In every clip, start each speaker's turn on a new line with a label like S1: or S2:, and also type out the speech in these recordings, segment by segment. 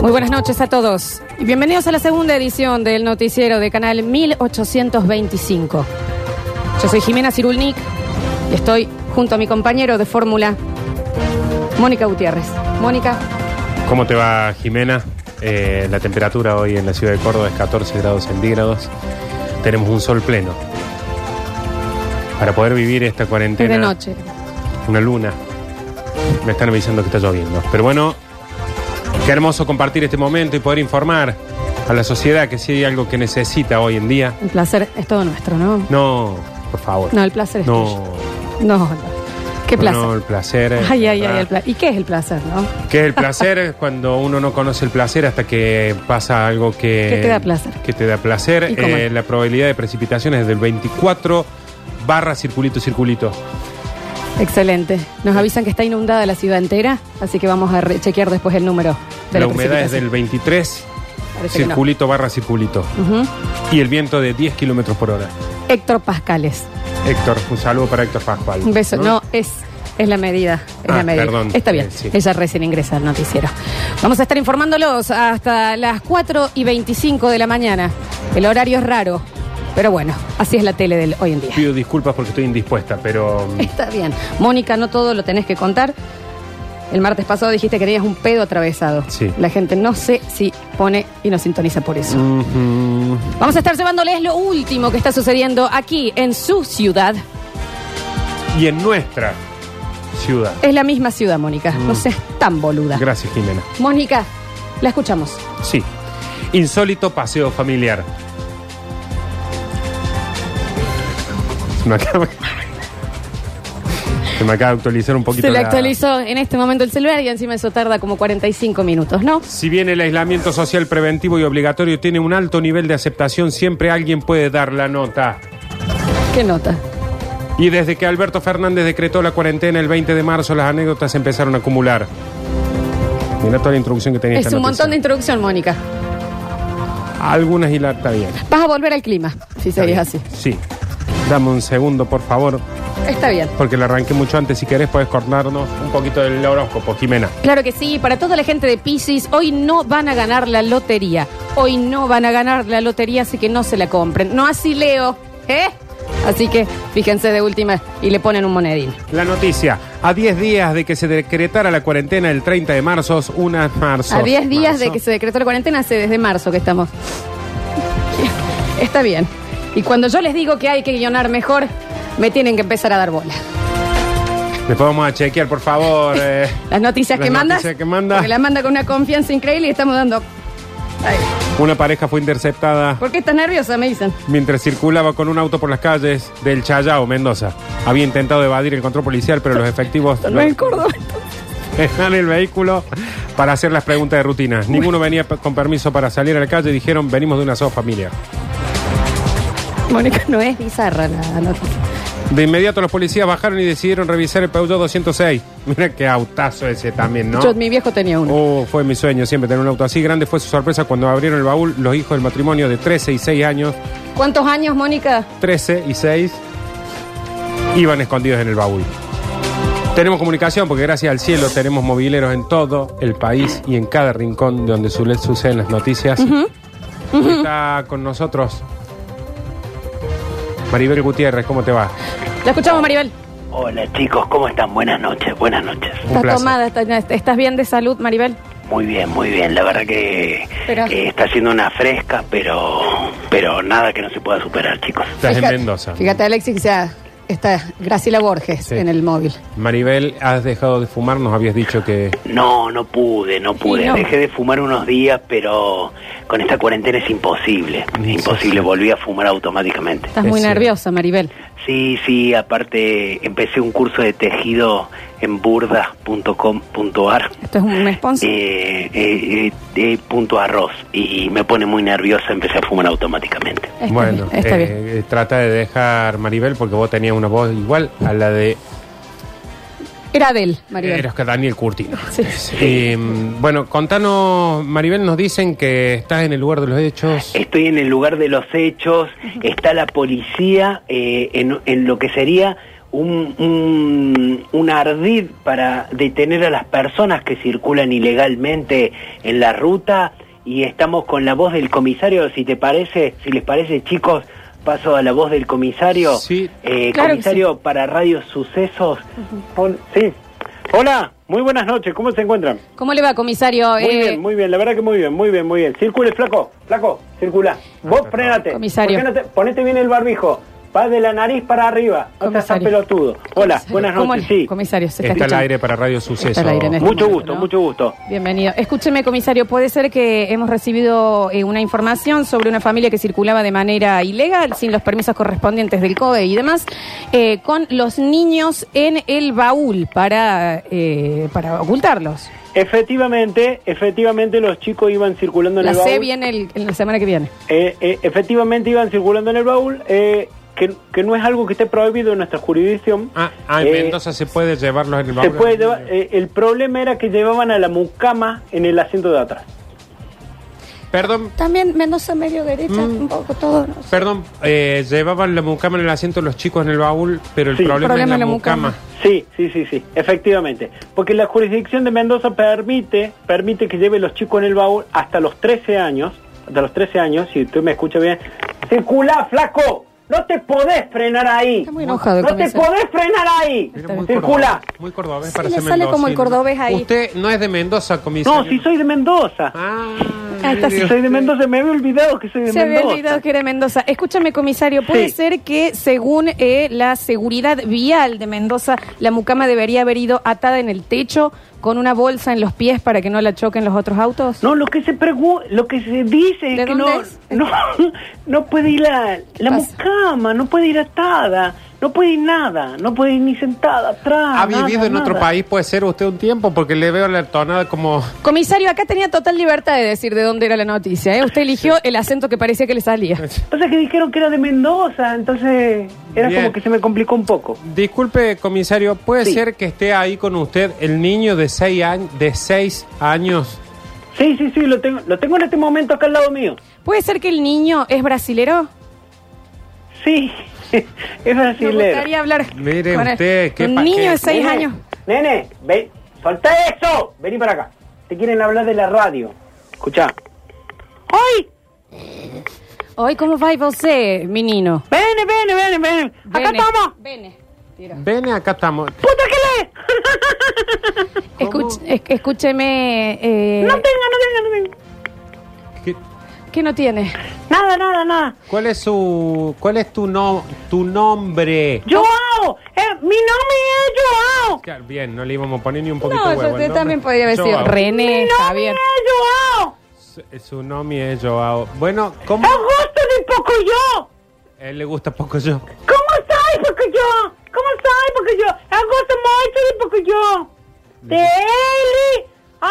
S1: Muy buenas noches a todos y bienvenidos a la segunda edición del noticiero de Canal 1825. Yo soy Jimena Cirulnik y estoy junto a mi compañero de fórmula, Mónica Gutiérrez. Mónica,
S2: ¿Cómo te va, Jimena? Eh, la temperatura hoy en la ciudad de Córdoba es 14 grados centígrados. Tenemos un sol pleno. Para poder vivir esta
S1: es
S2: cuarentena.
S1: de noche.
S2: Una luna. Me están avisando que está lloviendo. Pero bueno, qué hermoso compartir este momento y poder informar a la sociedad que si hay algo que necesita hoy en día.
S1: El placer es todo nuestro, ¿no?
S2: No, por favor.
S1: No, el placer es
S2: No,
S1: tuyo. No, no. ¿Qué placer?
S2: No, el placer. es-
S1: ay, ay, ay, el placer. ¿Y qué es el placer, no?
S2: ¿Qué es el placer? Es cuando uno no conoce el placer hasta que pasa algo que...
S1: Que te da placer.
S2: Que te da placer.
S1: ¿Y cómo
S2: Eh,
S1: es?
S2: la probabilidad de precipitaciones es del 24 barra circulito circulito.
S1: Excelente. Nos avisan que está inundada la ciudad entera, así que vamos a re- chequear después el número de
S2: La,
S1: la,
S2: humedad es del
S1: precipitación.
S2: 23
S1: Parece que no.
S2: circulito barra circulito.
S1: Ujú.
S2: Y el viento de 10 kilómetros por hora.
S1: Héctor Pascales.
S2: Héctor, un saludo para Héctor Pascual.
S1: Un beso. No, es, es la medida. Es
S2: Ah,
S1: la medida.
S2: perdón.
S1: Está bien.
S2: Eh, sí.
S1: Ella recién ingresa al noticiero. Vamos a estar informándolos hasta las 4 y 25 de la mañana. El horario es raro, pero bueno, así es la tele del hoy en día.
S2: Pido disculpas porque estoy indispuesta, pero... mm,
S1: Está bien. Mónica, no todo lo tenés que contar. El martes pasado dijiste que tenías un pedo atravesado.
S2: Sí.
S1: La gente no sé si pone y nos sintoniza por eso.
S2: mhm.
S1: Vamos a estar llevándoles lo último que está sucediendo aquí en su ciudad.
S2: Y en nuestra ciudad.
S1: Es la misma ciudad, Mónica. No seas tan boluda.
S2: Mm. Gracias, Jimena.
S1: Mónica, la escuchamos.
S2: Sí. Insólito paseo familiar. Se me acaba, Se me acaba de actualizar un poquito.
S1: Se le
S2: la-
S1: actualizó en este momento el celular y encima eso tarda como 45 minutos, ¿no?
S2: Si bien el aislamiento social preventivo y obligatorio tiene un alto nivel de aceptación, siempre alguien puede dar la nota.
S1: ¿Qué nota?
S2: Y desde que Alberto Fernández decretó la cuarentena el 20 de marzo, las anécdotas se empezaron a acumular. Mira toda la introducción que tenía
S1: Es
S2: esta
S1: un
S2: noticia.
S1: montón de introducción, Mónica.
S2: Algunas y la está bien.
S1: Vas a volver al clima, si
S2: Está
S1: seguís
S2: bien.
S1: así.
S2: Sí. Dame un segundo, por favor.
S1: Está bien.
S2: Porque la arranqué mucho antes. Si querés, podés cortarnos un poquito del horóscopo, Jimena.
S1: Claro que sí, para toda la gente de Pisces, hoy no van a ganar la lotería. Hoy no van a ganar la lotería, así que no se la compren. No así Leo, ¿eh? Así que fíjense de última y le ponen un monedín.
S2: La noticia. A 10 días de que se decretara la cuarentena el 30 de marzo, una marzo.
S1: A 10 días
S2: marzo.
S1: de que se decretó la cuarentena, hace desde marzo que estamos. Está bien. Y cuando yo les digo que hay que guionar mejor, me tienen que empezar a dar bola.
S2: Después vamos a chequear, por favor. eh.
S1: Las noticias
S2: Las
S1: que mandas.
S2: noticias que manda.
S1: Porque las manda con una confianza increíble y estamos dando. Ay,
S2: Una pareja fue interceptada
S1: ¿Por qué estás nerviosa? Me dicen.
S2: mientras circulaba con un auto por las calles del Chayao, Mendoza. Había intentado evadir el control policial, pero los efectivos
S1: No es en
S2: lo-
S1: Córdoba.
S2: en el vehículo para hacer las preguntas de rutina. Ninguno venía p- con permiso para salir a la calle. Dijeron, venimos de una sola familia.
S1: Mónica, no es bizarra la noticia.
S2: De inmediato los policías bajaron y decidieron revisar el Peugeot 206. Mira qué autazo ese también, ¿no?
S1: Yo, mi viejo tenía uno.
S2: Oh, fue mi sueño siempre tener un auto así. Grande fue su sorpresa cuando abrieron el baúl los hijos del matrimonio de 13 y 6 años.
S1: ¿Cuántos años, Mónica?
S2: 13 y 6 iban escondidos en el baúl. Tenemos comunicación porque gracias al cielo tenemos mobileros en todo el país y en cada rincón de donde su- suceden las noticias. Está con nosotros Maribel Gutiérrez, ¿cómo te va?
S1: La escuchamos, Maribel.
S3: Hola chicos, ¿cómo están? Buenas noches, buenas noches.
S2: Un
S1: Estás
S2: placer.
S1: tomada, estás- estás bien de salud, Maribel.
S3: Muy bien, muy bien. La verdad que,
S1: Pero-
S3: que está siendo una fresca, pero pero nada que no se pueda superar, chicos.
S2: Estás
S1: Fíjate-
S2: en Mendoza.
S1: Fíjate, Alexis, que sea- está Graciela Borges
S2: Sí.
S1: en el móvil.
S2: Maribel, has dejado de fumar, nos habías dicho que...
S3: No, no pude, no pude.
S1: no.
S3: Dejé de fumar unos días, pero con esta cuarentena es imposible.
S2: Sí, sí, sí.
S3: Imposible, volví a fumar automáticamente.
S1: Estás
S2: Es
S1: muy
S2: cierto.
S1: nerviosa, Maribel.
S3: Sí, sí, aparte empecé un curso de tejido en burda.com.ar.
S1: Esto es un sponsor.
S3: Eh, eh, eh, eh, punto arroz y me pone muy nerviosa, empecé a fumar automáticamente.
S1: Está
S2: bueno,
S1: bien, está
S2: eh,
S1: Este bien.
S2: eh, trata de dejar Maribel porque vos tenías una voz igual a la de
S1: Era de él, Maribel.
S2: Eras que Daniel Curtino.
S1: Sí.
S2: Eh, bueno, contanos, Maribel, nos dicen que estás en el lugar de los hechos.
S3: Estoy en el lugar de los hechos, está la policía eh, en, en lo que sería un, un, un ardid para detener a las personas que circulan ilegalmente en la ruta y estamos con la voz del comisario, si te parece, si les parece chicos, paso a la voz del comisario.
S2: Sí.
S3: Eh,
S1: Claro que
S3: comisario para Radio Sucesos. Hol- sí. Hola, muy buenas noches, ¿cómo se encuentran?
S1: ¿Cómo le va, comisario?
S3: Muy
S1: Eh,
S3: bien, muy bien, la verdad que muy bien, muy bien, muy bien. Circule, flaco, flaco, circula. Vos frenate.
S1: Comisario.
S3: ¿Por qué no te- ponete bien el barbijo. Va de la nariz para arriba. No seas tan
S1: Comisario.
S3: pelotudo. Hola,
S1: comisario,
S3: buenas
S1: ¿cómo
S3: noches.
S1: le-
S3: Sí.
S1: Comisario, se está,
S2: Está al
S1: escuchando.
S2: aire para Radio Suceso.
S1: Está al aire en este
S3: Mucho
S1: momento,
S3: gusto,
S1: ¿no?
S3: mucho gusto.
S1: Bienvenido. Escúcheme, comisario, puede ser que hemos recibido eh, una información sobre una familia que circulaba de manera ilegal, sin los permisos correspondientes del COE y demás, eh, con los niños en el baúl para, eh, para ocultarlos.
S3: Efectivamente, efectivamente los chicos iban circulando en
S1: La
S3: el
S1: C
S3: baúl.
S1: viene el- en la semana que viene.
S3: Eh, eh, efectivamente iban circulando en el baúl, eh, que, que no es algo que esté prohibido en nuestra jurisdicción.
S2: Ah, ah, en
S3: Eh,
S2: Mendoza se puede llevarlos en el baúl.
S3: se puede llevar- eh, el problema era que llevaban a la mucama en el asiento de atrás.
S2: Perdón,
S4: También Mendoza medio derecha,
S2: Mm.
S4: un poco todo. ¿no?
S2: perdón. eh, llevaban la mucama en el asiento los chicos en el baúl, pero el
S3: Sí.
S2: problema,
S1: Problema
S2: es
S1: en
S2: la
S1: la
S2: mucama.
S1: mucama.
S3: Sí, sí, sí, sí, efectivamente. Porque la jurisdicción de Mendoza permite, permite que lleve los chicos en el baúl hasta los 13 años, hasta los 13 años, si tú me escuchas bien. ¡Circulá, flaco! ¡No te podés frenar ahí!
S1: Está muy enojado el
S3: ¡No te
S1: comisario.
S3: podés frenar ahí!
S2: Era muy
S3: ¡Circulá!
S2: cordobés, Muy cordobés
S4: Sí,
S2: para
S4: le
S2: ser
S4: sale como el
S2: mendocino.
S4: cordobés ahí.
S2: Usted no es de Mendoza, comisario.
S3: No, si soy de Mendoza.
S2: Ah,
S1: Ah, está
S2: Dios.
S3: Soy de Mendoza, me había olvidado que soy de
S1: Se
S3: Mendoza.
S1: había olvidado que era Mendoza. Escúchame, comisario, puede
S3: Sí.
S1: ser que según eh, la seguridad vial de Mendoza, la mucama debería haber ido atada en el techo con una bolsa en los pies para que no la choquen los otros autos.
S3: No, lo que se pregu- lo que se dice
S1: ¿De
S3: es que
S1: dónde
S3: no,
S1: es?
S3: no, no puede ir la, la
S1: pasa?
S3: mucama, no puede ir atada, no puede ir nada, no puede ir ni sentada atrás.
S2: ¿Ha
S3: nada,
S2: Ah, vivido en otro
S3: nada.
S2: país? Puede ser usted un tiempo, porque le veo la tonada como.
S1: Comisario, acá tenía total libertad de decir de dónde era la noticia. ¿eh? Usted eligió el acento que parecía que le salía.
S3: Entonces que dijeron que era de Mendoza, entonces era
S2: Bien.
S3: como que se me complicó un poco.
S2: Disculpe, comisario, ¿puede
S3: Sí.
S2: ser que esté ahí con usted el niño de 6 de seis años?
S3: Sí, sí, sí, lo tengo, lo tengo en este momento acá al lado mío.
S1: ¿Puede ser que el niño es brasilero?
S3: Sí, es
S1: Me
S3: brasileño.
S1: gustaría hablar
S2: Mire
S1: con él.
S2: usted, qué
S1: Un
S2: pa- qué-
S1: niño de seis
S3: Nene,
S1: años.
S3: Nene, ven, soltá eso. Vení para acá. Te quieren hablar de la radio. Escuchá. ¡Ay!
S1: Hoy, ¿cómo va usted, menino?
S3: Vene, vene, vene, vene. Acá
S1: Vene.
S3: estamos.
S1: Vene. Tira.
S2: Ven, acá estamos.
S3: ¡Puta que
S1: Escuch- es- escúcheme. eh,
S3: le! No tenga, no tenga, no tenga.
S2: ¿Qué-
S1: ¿Qué no tiene?
S3: Nada, nada, nada.
S2: ¿Cuál es su cuál es tu no, tu nombre?
S3: Joao. Eh, mi nombre es Joao.
S2: Claro, Bien, no le íbamos a poner ni un poquito
S1: No,
S2: de huevo.
S1: yo
S2: el nombre.
S1: también podría haber sido
S2: Joao.
S1: René,
S3: Mi
S1: Javier.
S3: nombre es Joao.
S2: Su, su nombre es Joao. Bueno, ¿cómo?
S3: Es gusto de poco yo.
S2: A él le gusta poco yo.
S3: ¿Cómo soy poco yo? ¿Cómo soy poco yo? Es gusto mucho de poco yo. De él.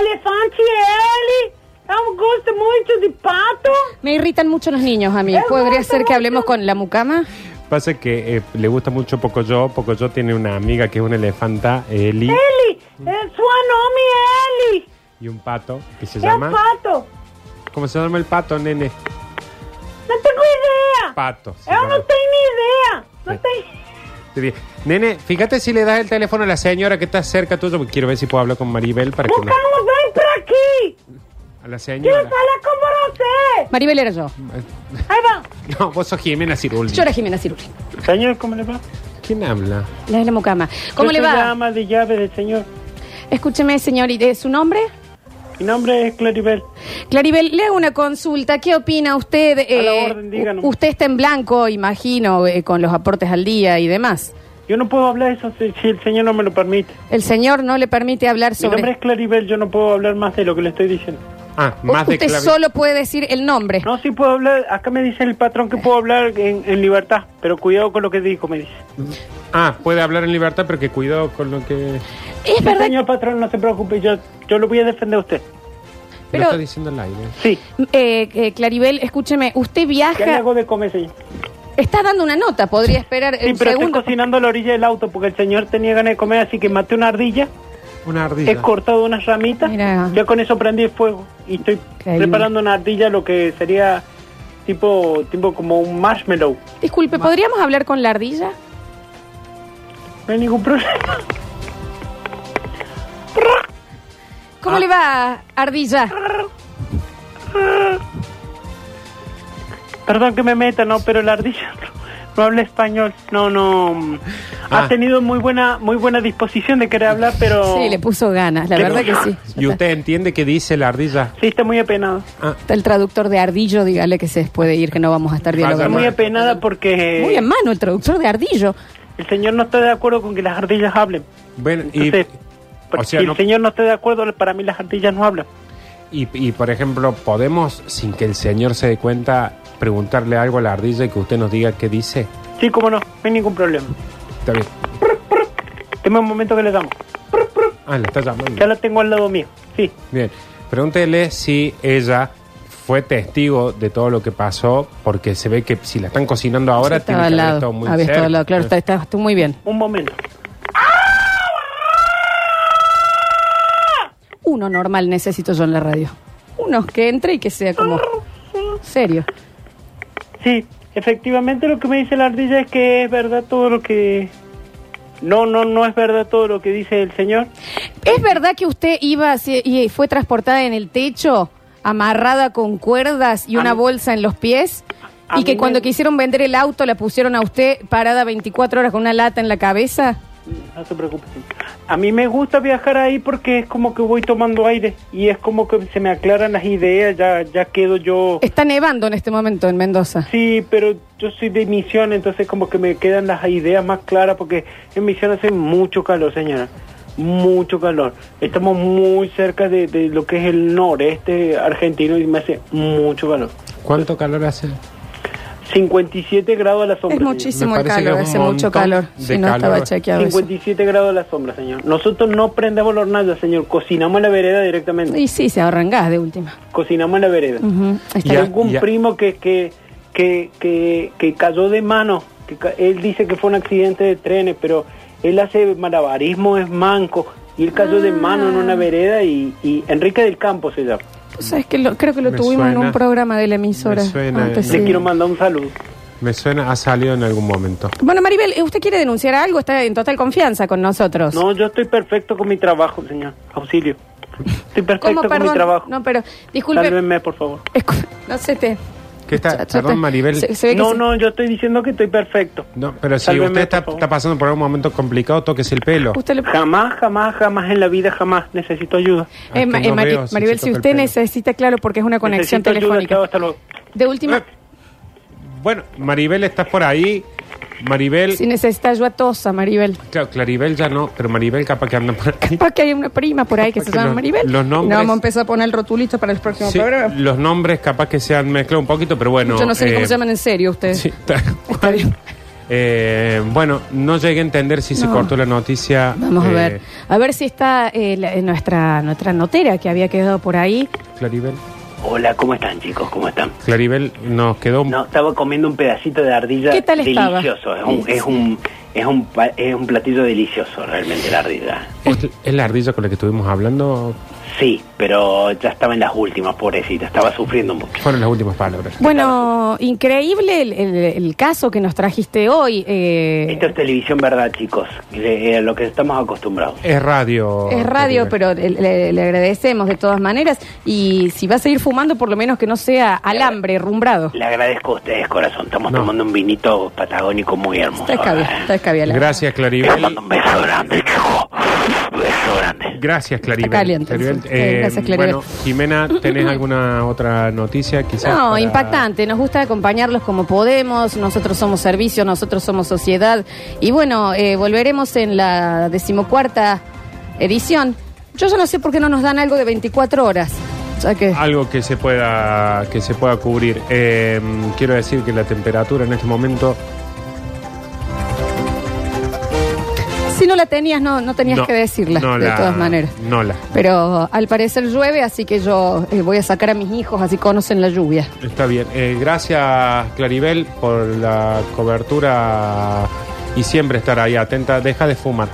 S3: Elefante él. Es un gusto mucho de pato.
S1: Me irritan mucho los niños a mí.
S3: Es
S1: ¿Podría
S3: mucho,
S1: ser que
S3: mucho.
S1: hablemos con la mucama?
S2: Pasa que eh, le gusta mucho poco yo. Poco yo tiene una amiga que es una elefanta, Eli,
S3: Eli,
S2: Mm.
S3: eh, su nombre es Eli.
S2: y un pato que se
S3: Es un
S2: llama.
S3: pato.
S2: ¿Cómo se llama el pato, nene?
S3: No tengo idea.
S2: Pato. se
S3: Yo
S2: llama.
S3: no tengo ni idea.
S2: Sí.
S3: No tengo...
S2: Te dije, Nene, fíjate si le das el teléfono a la señora que está cerca tuyo, porque quiero ver si puedo hablar con Maribel para que no.
S3: Buscamos, ven por aquí.
S2: A la
S3: Quiero
S2: señora.
S3: hablar con usted.
S1: Maribel era yo.
S3: Ahí va.
S2: No, vos sos Jimena Cirulli.
S1: Yo era Jimena Ciruli.
S3: Señor, ¿cómo le va?
S2: ¿Quién habla?
S1: La de la mucama. ¿Cómo le va?
S3: llama de llave del señor.
S1: Escúcheme, señor. ¿y de ¿Su nombre?
S3: Mi nombre es Claribel.
S1: Claribel, le hago una consulta. ¿Qué opina usted? eh,
S3: la orden, díganos.
S1: u- usted está en blanco, imagino, eh, con los aportes al día y demás.
S3: Yo no puedo hablar eso si, si el señor no me lo permite.
S1: El señor no le permite hablar
S3: Mi nombre
S1: sobre...
S3: es Claribel, yo no puedo hablar más de lo que le estoy diciendo.
S2: Ah,
S1: U-
S2: más de
S1: usted
S2: clave.
S1: solo puede decir el nombre.
S3: No, sí puedo hablar, acá me dice el patrón que puedo hablar en, en libertad, pero cuidado con lo que digo, me dice.
S2: Ah, puede hablar en libertad, pero que cuidado con lo que
S1: Es
S3: Sí,
S1: verdad,
S3: Señor patrón, no se preocupe, yo, yo lo voy a defender a usted.
S2: lo
S1: Pero-
S2: está diciendo al aire.
S3: Sí.
S1: eh, eh, Claribel, escúcheme, usted
S3: ¿Qué le
S1: viaja...
S3: hago de comer, señor?
S1: Está dando una nota, podría esperar
S3: Sí,
S1: un
S3: pero estoy
S1: segundo.
S3: cocinando a la orilla del auto porque el señor tenía ganas de comer, así que maté una ardilla,
S2: Una ardilla.
S3: he cortado unas ramitas,
S1: Mira.
S3: ya con eso prendí el fuego y estoy
S1: Increíble.
S3: preparando una ardilla, lo que sería tipo tipo como un marshmallow.
S1: Disculpe, ¿podríamos hablar con la ardilla?
S3: No hay ningún problema.
S1: ¿Cómo
S2: Ah.
S1: le va, Ardilla?
S3: Perdón que me meta, no, pero la ardilla no, no habla español. No, no.
S2: Ah.
S3: Ha tenido muy buena, muy buena disposición de querer hablar, pero
S1: Sí, le puso ganas, la
S3: Le
S1: verdad que
S3: puso-
S1: sí.
S2: ¿Y usted entiende qué dice la ardilla?
S3: sí está muy apenado.
S2: Ah,
S1: Está El traductor de Ardillo, dígale que se puede ir, que no vamos a estar
S2: Vaya,
S1: dialogando.
S3: Muy
S2: Bueno.
S3: apenada porque
S1: Muy en mano el traductor de Ardillo.
S3: el señor no está de acuerdo con que las ardillas hablen.
S2: bueno, y,
S3: Entonces,
S2: o
S3: por-
S2: sea,
S3: si
S2: no-
S3: el señor no está de acuerdo, para mí las ardillas no hablan.
S2: y, y, por ejemplo, ¿podemos, sin que el señor se dé cuenta, preguntarle algo a la ardilla y que usted nos diga qué dice?
S3: Sí, cómo no, no hay ningún problema.
S2: Está bien.
S3: Deme un momento que le damos.
S2: Ah, la está llamando.
S3: Ya la tengo al lado mío. Sí.
S2: Bien, pregúntele si ella fue testigo de todo lo que pasó, porque se ve que si la están cocinando ahora,
S1: Sí, estaba
S2: tiene
S1: al
S2: que haber
S1: lado.
S2: estado muy
S1: Había estado
S2: cerca.
S1: al lado, claro, está, está, está muy bien.
S3: Un momento.
S1: Uno normal necesito yo en la radio. Uno que entre y que sea como.
S2: Ah.
S1: Serio.
S3: Sí, efectivamente lo que me dice la ardilla es que es verdad todo lo que... No, no, no es verdad todo lo que dice el señor.
S1: ¿Es verdad que usted iba así- y fue transportada en el techo, amarrada con cuerdas y
S3: A
S1: una
S3: mí-
S1: bolsa en los pies?
S3: a
S1: Y que
S3: mí
S1: cuando
S3: me-
S1: quisieron vender el auto la pusieron a usted parada 24 horas con una lata en la cabeza.
S3: No se preocupe. señor. A mí me gusta viajar ahí porque es como que voy tomando aire y es como que se me aclaran las ideas, ya, ya quedo yo...
S1: Está nevando en este momento en Mendoza.
S3: Sí, pero yo soy de misión, entonces como que me quedan las ideas más claras porque en misión hace mucho calor, señora. Mucho calor. Estamos muy cerca de, de lo que es el noreste argentino y me hace mucho calor.
S2: ¿Cuánto calor hace?
S3: 57 grados a la sombra.
S1: Es
S3: señor.
S1: muchísimo
S2: Me
S1: el
S2: parece que
S1: calor,
S2: es un
S1: hace mucho
S2: montón
S1: calor.
S2: de
S1: Si no
S2: calor.
S1: estaba chequeado eso.
S3: 57 grados a la sombra, señor. Nosotros no prendemos la hornalla, señor. Cocinamos en la vereda directamente.
S1: Y sí, se ahorran gas de última.
S3: Cocinamos en la vereda.
S1: Ujú, está
S2: Ya,
S1: bien.
S3: Tengo un
S2: ya.
S3: primo que, que, que, que, que cayó de mano. Que ca- él dice que fue un accidente de trenes, pero él hace malabarismo, es manco. Y él cayó de mano en
S1: Ah.
S3: una vereda y, y Enrique del Campo se llama.
S1: Tú sabes que lo- creo que lo
S2: Me
S1: tuvimos en
S2: suena.
S1: un programa de la emisora. Ah,
S2: Me suena,
S1: antes,
S2: eh.
S1: sí.
S3: Le quiero mandar un saludo.
S2: Me suena, ha salido en algún momento.
S1: Bueno, Maribel, ¿eh, ¿usted quiere denunciar algo? Está en total confianza con nosotros.
S3: No, yo estoy perfecto con mi trabajo, señor. Auxilio. Estoy
S1: ¿Cómo,
S3: perfecto con mi
S1: perdón?
S3: trabajo.
S1: No, pero disculpe.
S3: Sálvenme, por favor.
S1: Escu- No sé, te.
S2: ¿Qué está?
S1: Ya- ya
S2: Perdón,
S1: te-
S2: Maribel.
S1: se- se ve que
S3: No,
S1: se-
S3: no, yo estoy diciendo que estoy perfecto.
S2: No, pero si
S3: Sálveme,
S2: usted está,
S3: por favor.
S2: está pasando por algún momento complicado, tóquese el pelo.
S1: Usted le-
S3: Jamás, jamás, jamás en la vida, jamás necesito ayuda.
S1: Eh, ma-
S2: Aquí no
S1: eh, Mari-
S2: veo si
S1: Maribel, si
S2: se toca el
S1: usted
S2: pelo.
S1: necesita, claro, porque es una conexión
S3: Necesito ayuda, chao,
S1: telefónica.
S3: hasta luego.
S1: De última,
S2: Eh, Bueno, Maribel, estás por ahí. Maribel.
S1: si necesita ayuda tosa, Maribel.
S2: Claro, Claribel ya no, pero Maribel capaz que anda por ahí.
S1: Capaz que hay una prima por ahí que se
S2: Capaz que
S1: llama
S2: los-
S1: Maribel.
S2: los
S1: Y
S2: nombres-
S1: No, vamos a empezar a poner rotulitos para el próximo
S2: Sí,
S1: programa.
S2: los nombres capaz que se han mezclado un poquito, pero bueno.
S1: Yo no sé ni cómo
S2: eh,
S1: se llaman en serio ustedes.
S2: sí, tal cual.
S1: Está bien.
S2: Eh, bueno, no llegué a entender si se
S1: No.
S2: cortó la noticia.
S1: Vamos a
S2: eh,
S1: ver. A ver si está eh, la- eh, nuestra, nuestra notera que había quedado por ahí.
S2: Claribel.
S3: Hola, ¿cómo están, chicos? ¿Cómo están?
S2: Claribel nos quedó un
S3: No, estaba comiendo un pedacito de ardilla
S1: ¿Qué tal estaba?
S3: delicioso. Es un, es, un, es, un, pa- es un platillo delicioso realmente la ardilla.
S2: ¿Es, es la ardilla con la que estuvimos hablando.
S3: Sí, pero ya estaba en las últimas, pobrecita. Estaba sufriendo mucho.
S2: Fueron las últimas palabras.
S1: Bueno, increíble el, el- el caso que nos trajiste hoy. eh,
S3: Esto es televisión, ¿verdad, chicos? Eh, eh, lo que estamos acostumbrados.
S2: Es radio.
S1: es radio,
S2: Claribel.
S1: pero le, le- le agradecemos de todas maneras. Y si va a seguir fumando, por lo menos que no sea alambre, rumbrado.
S3: Le agradezco a ustedes, corazón. Estamos
S2: No.
S3: tomando un vinito patagónico muy hermoso.
S1: Está escabiado,
S3: ¿verdad?
S1: está escabiado.
S2: Gracias,
S3: Les
S2: Claribel.
S3: mando un beso grande, chico. Beso grande.
S2: Gracias, Claribel.
S1: Está caliente,
S2: Claribel,
S1: sí. Eh, gracias, Claribel.
S2: Bueno, Jimena, ¿tenés alguna otra noticia?
S3: Ah,
S2: Quizás
S1: No,
S2: para-
S1: impactante. Nos gusta acompañarlos como podemos. Nosotros somos servicio, nosotros somos sociedad. Y bueno, eh, volveremos en la decimocuarta edición. Yo ya no sé por qué no nos dan algo de 24 horas. Ya que
S2: Algo que se pueda que se pueda cubrir. Eh, quiero decir que la temperatura en este momento
S1: si no la tenías, no, no tenías
S2: no-
S1: que decirla,
S2: no
S1: de
S2: la-
S1: todas maneras.
S2: No la.
S1: Pero al parecer llueve, así que yo eh, voy a sacar a mis hijos, así conocen la lluvia.
S2: Está bien. Eh, gracias, Claribel, por la cobertura y siempre estar ahí atenta. Deja de fumar.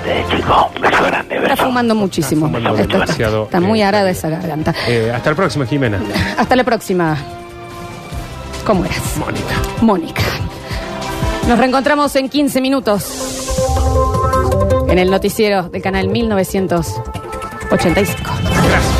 S3: Ustedes, chicos. Beso grande.
S1: Está
S3: Beso.
S1: fumando muchísimo.
S2: Está fumando
S1: Está- está-
S2: demasiado,
S1: está muy
S2: eh,
S1: arada
S2: Claribel.
S1: esa garganta.
S2: Eh, hasta el próximo, Jimena.
S1: Hasta la próxima. ¿Cómo eras?
S2: Mónica.
S1: Mónica. Nos reencontramos en 15 minutos. en el noticiero del canal 1985.
S2: Gracias.